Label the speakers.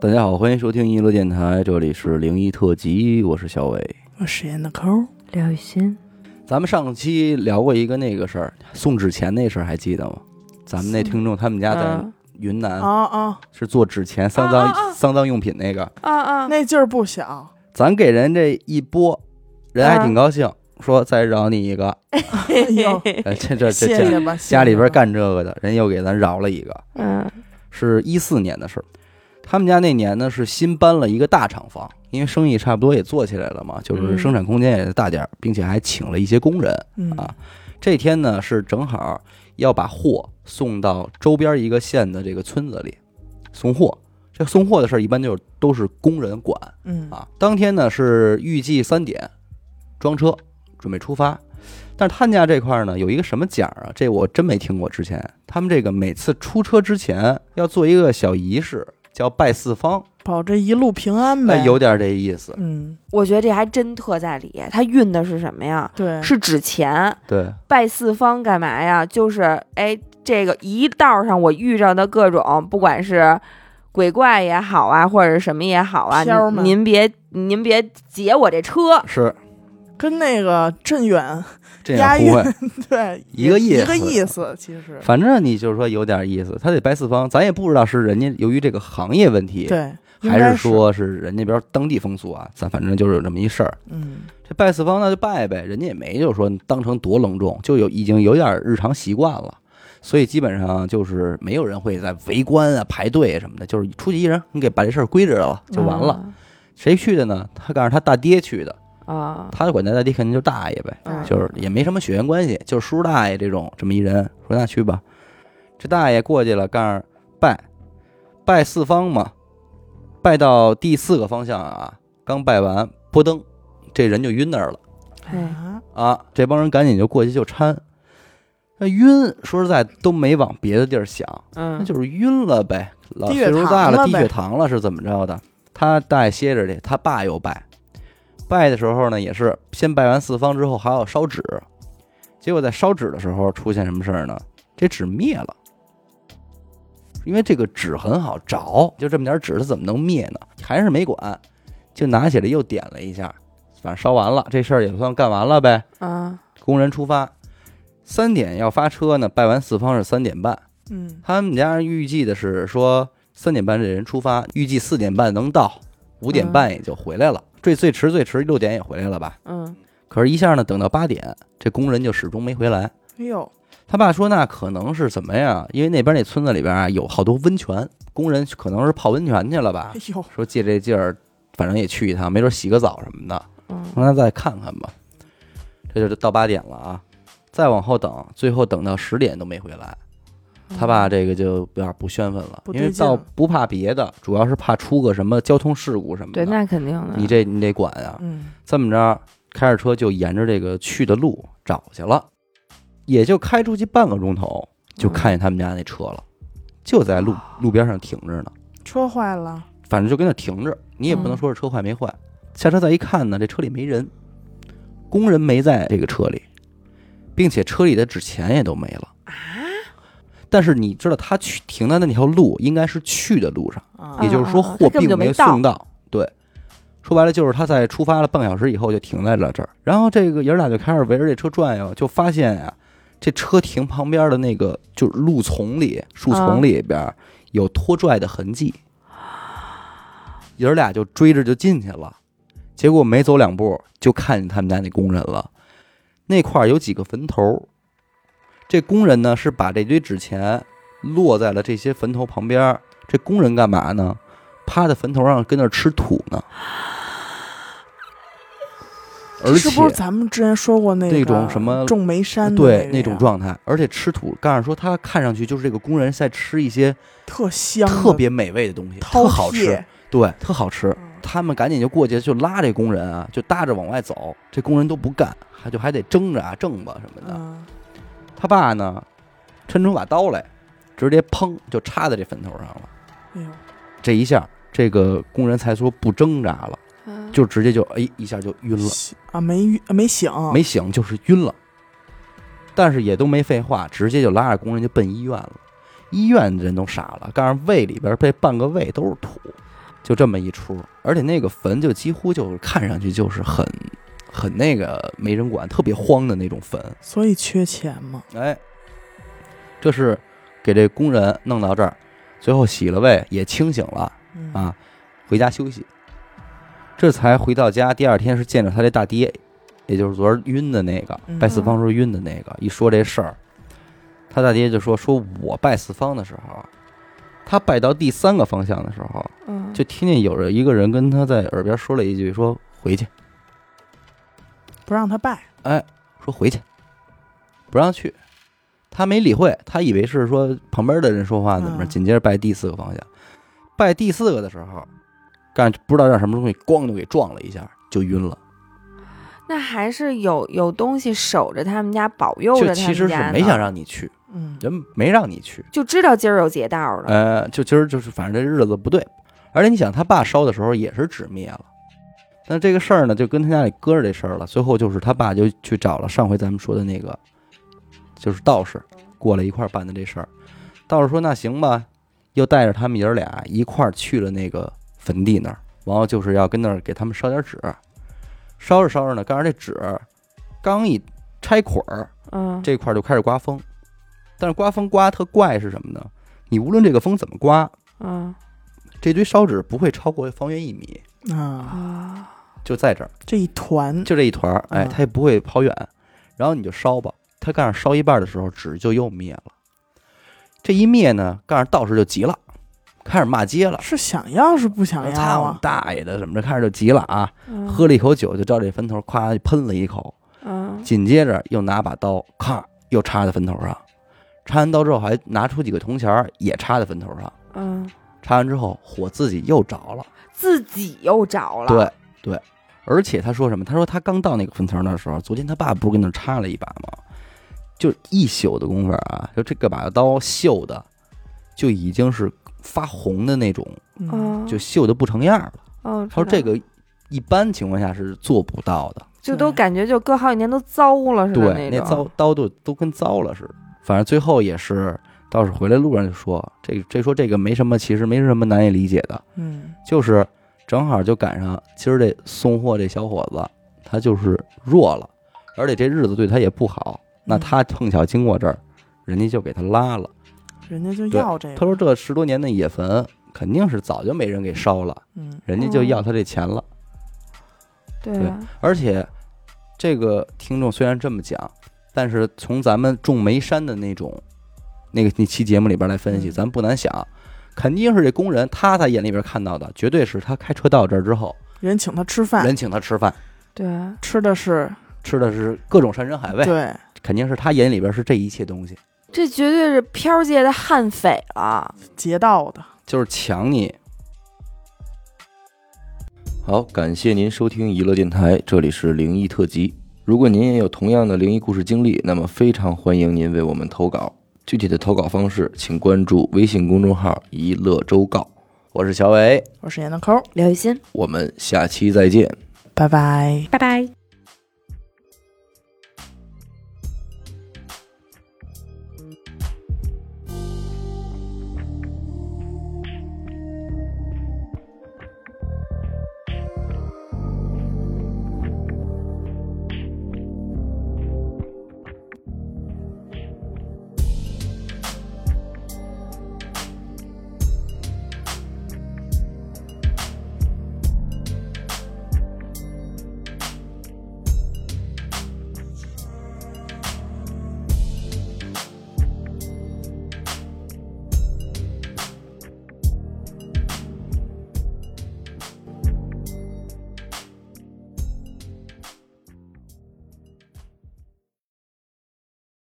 Speaker 1: 大家好，欢迎收听一乐电台，这里是零一特辑，我是小伟。
Speaker 2: 我实验的抠，
Speaker 3: 廖雨欣，
Speaker 1: 咱们上期聊过一个那个事儿，送纸钱那事儿还记得吗？咱们那听众他们家在
Speaker 2: 嗯
Speaker 1: 云南、
Speaker 2: 啊啊
Speaker 1: 是做纸钱丧葬、
Speaker 3: 啊啊啊
Speaker 1: 丧葬用品那个，
Speaker 3: 啊啊，
Speaker 2: 那劲儿 不小，
Speaker 1: 咱给人这一拨，人还挺高兴，
Speaker 2: 啊
Speaker 1: 说再饶你一个。
Speaker 2: 哎呦，
Speaker 1: 哎这这这
Speaker 2: 谢
Speaker 1: 家
Speaker 2: 谢吧，谢谢
Speaker 1: 家里边
Speaker 2: 吧，
Speaker 1: 干这个的人又给咱饶了一个，
Speaker 3: 嗯
Speaker 1: 是一四年的事儿。他们家那年呢是新搬了一个大厂房，因为生意差不多也做起来了嘛，就是
Speaker 3: 嗯
Speaker 1: 生产空间也大点儿，并且还请了一些工人。
Speaker 2: 嗯
Speaker 1: 啊这天呢是正好要把货送到周边一个县的这个村子里送货。这送货的事儿一般就是都是工人管
Speaker 2: 嗯
Speaker 1: 啊。当天呢是预计三点装车准备出发，但是他们家这块儿呢有一个什么讲儿啊？这我真没听过之前。他们这个每次出车之前要做一个小仪式，叫拜四方，
Speaker 2: 保这一路平安
Speaker 1: 哎
Speaker 2: 呗，，
Speaker 1: 有点这意思。
Speaker 2: 嗯，
Speaker 3: 我觉得这还真特在理。他运的是什么呀？
Speaker 2: 对，
Speaker 3: 是纸钱，
Speaker 1: 对，
Speaker 3: 拜四方干嘛呀？就是哎，这个一道上我遇着的各种，不管是鬼怪也好啊，或者什么也好啊，
Speaker 2: 飘儿
Speaker 3: 您
Speaker 2: 嘛
Speaker 3: 您别您别劫我这车，
Speaker 1: 是
Speaker 2: 跟那个镇远
Speaker 1: 这样不会
Speaker 2: 押。对
Speaker 1: 一个意思
Speaker 2: 一个意思，其实
Speaker 1: 反正你就是说有点意思，他得掰四方，咱也不知道是人家由于这个行业问题，
Speaker 2: 对，应
Speaker 1: 还
Speaker 2: 该
Speaker 1: 是，说是人家边当地风俗啊，咱反正就是有这么一事儿。
Speaker 2: 嗯
Speaker 1: 这拜四方那就拜呗，人家也没就说当成多隆重，就有已经有点日常习惯了，所以基本上就是没有人会在围观啊、排队啊什么的，就是出去一人，你给把这事儿归置了就完
Speaker 3: 嗯
Speaker 1: 了。谁去的呢？他告诉他大爹去的，
Speaker 3: 啊。
Speaker 1: 他管他大爹肯定就是大爷呗。
Speaker 3: 啊
Speaker 1: 就是也没什么血缘关系，就是叔叔大爷这种这么一人，说那去吧。这大爷过去了，告诉拜拜四方嘛，拜到第四个方向啊，刚拜完，拨灯，这人就晕那儿了
Speaker 3: 哎
Speaker 2: 啊，
Speaker 1: 啊！这帮人赶紧就过去就搀。那晕，说实在都没往别的地儿想，那
Speaker 3: 嗯，
Speaker 1: 就是晕了呗，老
Speaker 2: 低
Speaker 1: 岁
Speaker 2: 血
Speaker 1: 数大了，
Speaker 2: 糖了
Speaker 1: 低
Speaker 2: 呗
Speaker 1: 血糖了是怎么着的？他大爷歇着去，他爸又拜，拜的时候呢也是先拜完四方之后还要烧纸，结果在烧纸的时候出现什么事儿呢？这纸灭了，因为这个纸很好着，就这么点纸，它怎么能灭呢？还是没管，就拿起来又点了一下，反正烧完了，这事儿也算干完了呗。
Speaker 3: 啊，
Speaker 1: 工人出发，三点要发车呢，拜完四方是三点半。
Speaker 2: 嗯
Speaker 1: 他们家预计的是说三点半这人出发，预计四点半能到，五点半也就回来了，最最迟最迟六点也回来了吧。
Speaker 3: 嗯，
Speaker 1: 可是，一下呢，等到八点，这工人就始终没回来。
Speaker 2: 哎呦，
Speaker 1: 他爸说，那可能是怎么呀？因为那边那村子里边啊，有好多温泉，工人可能是泡温泉去了吧
Speaker 2: 哎。呦，
Speaker 1: 说借这劲儿，反正也去一趟，没准洗个澡什么的。
Speaker 3: 嗯，
Speaker 1: 那再看看吧。这就是到八点了啊，再往后等，最后等到十点都没回来。他爸这个就有点不宣愤了，
Speaker 2: 哦不
Speaker 1: 因
Speaker 2: 对劲
Speaker 1: 为倒不怕别的，主要是怕出个什么交通事故什么的。
Speaker 3: 对，那肯定的。
Speaker 1: 你这你得管啊。
Speaker 2: 嗯，
Speaker 1: 这么着，开着车就沿着这个去的路找去了，也就开出去半个钟头，
Speaker 2: 嗯
Speaker 1: 就看见他们家那车了，就在
Speaker 2: 哦
Speaker 1: 路路边上停着呢。
Speaker 2: 车坏了，
Speaker 1: 反正就跟那停着，你也不能说是车坏没坏。下车再一看呢，这车里没人，工人没在这个车里，并且车里的纸钱也都没了啊。但是你知道，他去停在那条路应该是去的路上，
Speaker 2: 啊
Speaker 3: 嗯
Speaker 1: 也就是说
Speaker 3: 嗯嗯
Speaker 1: 货
Speaker 3: 他根本
Speaker 1: 并
Speaker 3: 就
Speaker 1: 没
Speaker 3: 没
Speaker 1: 送到。对，说白了就是他在出发了半个小时以后就停在了这儿，然后这个爷儿俩就开始围着这车转悠，就发现呀、这车停旁边的那个就是路丛里、树丛里边、有拖拽的痕迹，爷儿俩就追着就进去了，结果没走两步就看见他们家那工人了，那块儿有几个坟头，这工人呢是把这堆纸钱落在了这些坟头旁边儿，这工人干嘛呢？趴在坟头上跟那儿吃土呢，而
Speaker 2: 这
Speaker 1: 且
Speaker 2: 是不是咱们之前说过那
Speaker 1: 那
Speaker 2: 个
Speaker 1: 种什么
Speaker 2: 种煤山的
Speaker 1: 对
Speaker 2: 个
Speaker 1: 那种
Speaker 2: 呀
Speaker 1: 状态，而且吃土，告诉说他看上去就是这个工人在吃一些
Speaker 2: 特香的，
Speaker 1: 特别美味的东西，
Speaker 2: 饕
Speaker 1: 特好吃
Speaker 2: 餮，，
Speaker 1: 对，特好吃。
Speaker 3: 嗯
Speaker 1: 他们赶紧就过去就拉这工人啊，就搭着往外走，这工人都不干，还就还得争着啊挣吧什么的。
Speaker 2: 嗯，
Speaker 1: 他爸呢，抻出把刀来，直接砰就插在这坟头上了。
Speaker 2: 哎呦，
Speaker 1: 这一下，这个工人才说不挣扎了，
Speaker 3: 嗯
Speaker 1: 就直接就哎一下就晕了。
Speaker 2: 醒啊，没晕啊没醒，
Speaker 1: 没醒就是晕了，但是也都没废话，直接就拉着工人就奔医院了。医院的人都傻了，告诉胃里边这半个胃都是土，就这么一出。而且那个坟就几乎就是看上去就是很很那个没人管，特别荒的那种坟。
Speaker 2: 所以缺钱嘛。
Speaker 1: 哎，这是给这工人弄到这儿，最后洗了胃，也清醒了。
Speaker 2: 嗯
Speaker 1: 啊回家休息。这才回到家，第二天是见着他这大爹，也就是昨儿晕的那个
Speaker 2: 嗯
Speaker 1: 拜四方时候晕的那个。一说这事儿，他大爹就说：“说我拜四方的时候，啊他拜到第三个方向的时候，
Speaker 3: 嗯，
Speaker 1: 就听见有着一个人跟他在耳边说了一句：说回去，
Speaker 2: 不让他拜，
Speaker 1: 说回去，不让去。”他没理会，他以为是说旁边的人说话怎么着，
Speaker 2: 嗯
Speaker 1: 紧接着拜第四个方向，拜第四个的时候，干不知道让什么东西，咣就给撞了一下，就晕了。
Speaker 3: 那还是有有东西守着他们家，保佑着
Speaker 1: 就
Speaker 3: 他们家
Speaker 1: 其实是
Speaker 3: 呢
Speaker 1: 没想让你去，
Speaker 2: 嗯，
Speaker 1: 人没让你去，
Speaker 3: 就知道今儿有劫道了。
Speaker 1: 呃，就今儿就是反正这日子不对，而且你想他爸烧的时候也是纸灭了，那这个事儿呢就跟他家里搁着这事儿了，最后就是他爸就去找了上回咱们说的那个，就是道士过来一块儿办的这事儿，道士说那行吧，又带着他们爷儿俩一块儿去了那个坟地那儿，然后就是要跟那儿给他们烧点纸，烧着烧着呢，刚才这纸刚一拆捆儿，
Speaker 3: 嗯，
Speaker 1: 这块儿就开始刮风，但是刮风刮特怪是什么呢？你无论这个风怎么刮，
Speaker 3: 嗯
Speaker 1: 这堆烧纸不会超过方圆一米，
Speaker 2: 啊，
Speaker 3: 啊，
Speaker 1: 就在这儿，
Speaker 2: 这一团
Speaker 1: 就这一团儿，哎，
Speaker 2: 嗯
Speaker 1: 它也不会跑远。然后你就烧吧，它干上烧一半的时候，纸就又灭了。这一灭呢，干上道士就急了，开始骂街了，
Speaker 2: 是想要是不想要
Speaker 1: 操
Speaker 2: 啊？
Speaker 1: 大爷的，怎么着，开始就急了啊！
Speaker 3: 嗯
Speaker 1: 喝了一口酒，就照这坟头咵就喷了一口，
Speaker 3: 嗯
Speaker 1: 紧接着又拿把刀，咔又插在坟头上，插完刀之后还拿出几个铜钱儿也插在坟头上，
Speaker 3: 嗯，
Speaker 1: 插完之后火自己又着了，
Speaker 3: 自己又着了。，
Speaker 1: 对对，而且他说什么？他说他刚到那个坟头那的时候，昨天他爸不是跟那儿插了一把吗？就一宿的功夫啊，就这个把刀锈的就已经是发红的那种，
Speaker 2: 嗯，
Speaker 3: 嗯，
Speaker 1: 就锈的不成样了。
Speaker 3: 哦，
Speaker 1: 他说
Speaker 3: 知道
Speaker 1: 这个一般情况下是做不到的。
Speaker 3: 就都感觉就隔好几年都糟了似的
Speaker 1: 哎对，
Speaker 3: 那
Speaker 1: 那
Speaker 3: 种
Speaker 1: 糟刀都都跟糟了似的。反正最后也是，道士回来路上就说，这这说这个没什么，其实没什么难以理解的，
Speaker 2: 嗯，
Speaker 1: 就是正好就赶上今儿这送货这小伙子，他就是弱了，而且这日子对他也不好，那
Speaker 2: 嗯
Speaker 1: 他碰巧经过这儿，人家就给他拉了。
Speaker 2: 嗯人家就
Speaker 1: 对
Speaker 2: 要这
Speaker 1: 他
Speaker 2: 个，
Speaker 1: 说这十多年的野坟肯定是早就没人给烧了，
Speaker 2: 嗯，
Speaker 1: 人家就要他这钱了。
Speaker 3: 对啊，
Speaker 1: 而且这个听众虽然这么讲，但是从咱们种煤山的那种那个那期节目里边来分析，
Speaker 2: 嗯
Speaker 1: 咱不难想，肯定是这工人他在眼里边看到的，绝对是他开车到这儿之后，
Speaker 2: 人请他吃饭，
Speaker 1: 人请他吃饭，
Speaker 3: 对啊，
Speaker 2: 吃的是
Speaker 1: 吃的是各种山珍海味，
Speaker 2: 对，
Speaker 1: 肯定是他眼里边是这一切东西，
Speaker 3: 这绝对是飘界的悍匪了。
Speaker 2: 劫道的，
Speaker 1: 就是抢你。
Speaker 4: 好，感谢您收听娱乐电台，这里是灵异特辑。如果您也有同样的灵异故事经历，那么非常欢迎您为我们投稿。具体的投稿方式，请关注微信公众号“一乐周告”。我是小伟，
Speaker 2: 我是闫德抠，
Speaker 3: 刘雨欣，
Speaker 4: 我们下期再见。
Speaker 2: 拜拜。
Speaker 5: 拜拜。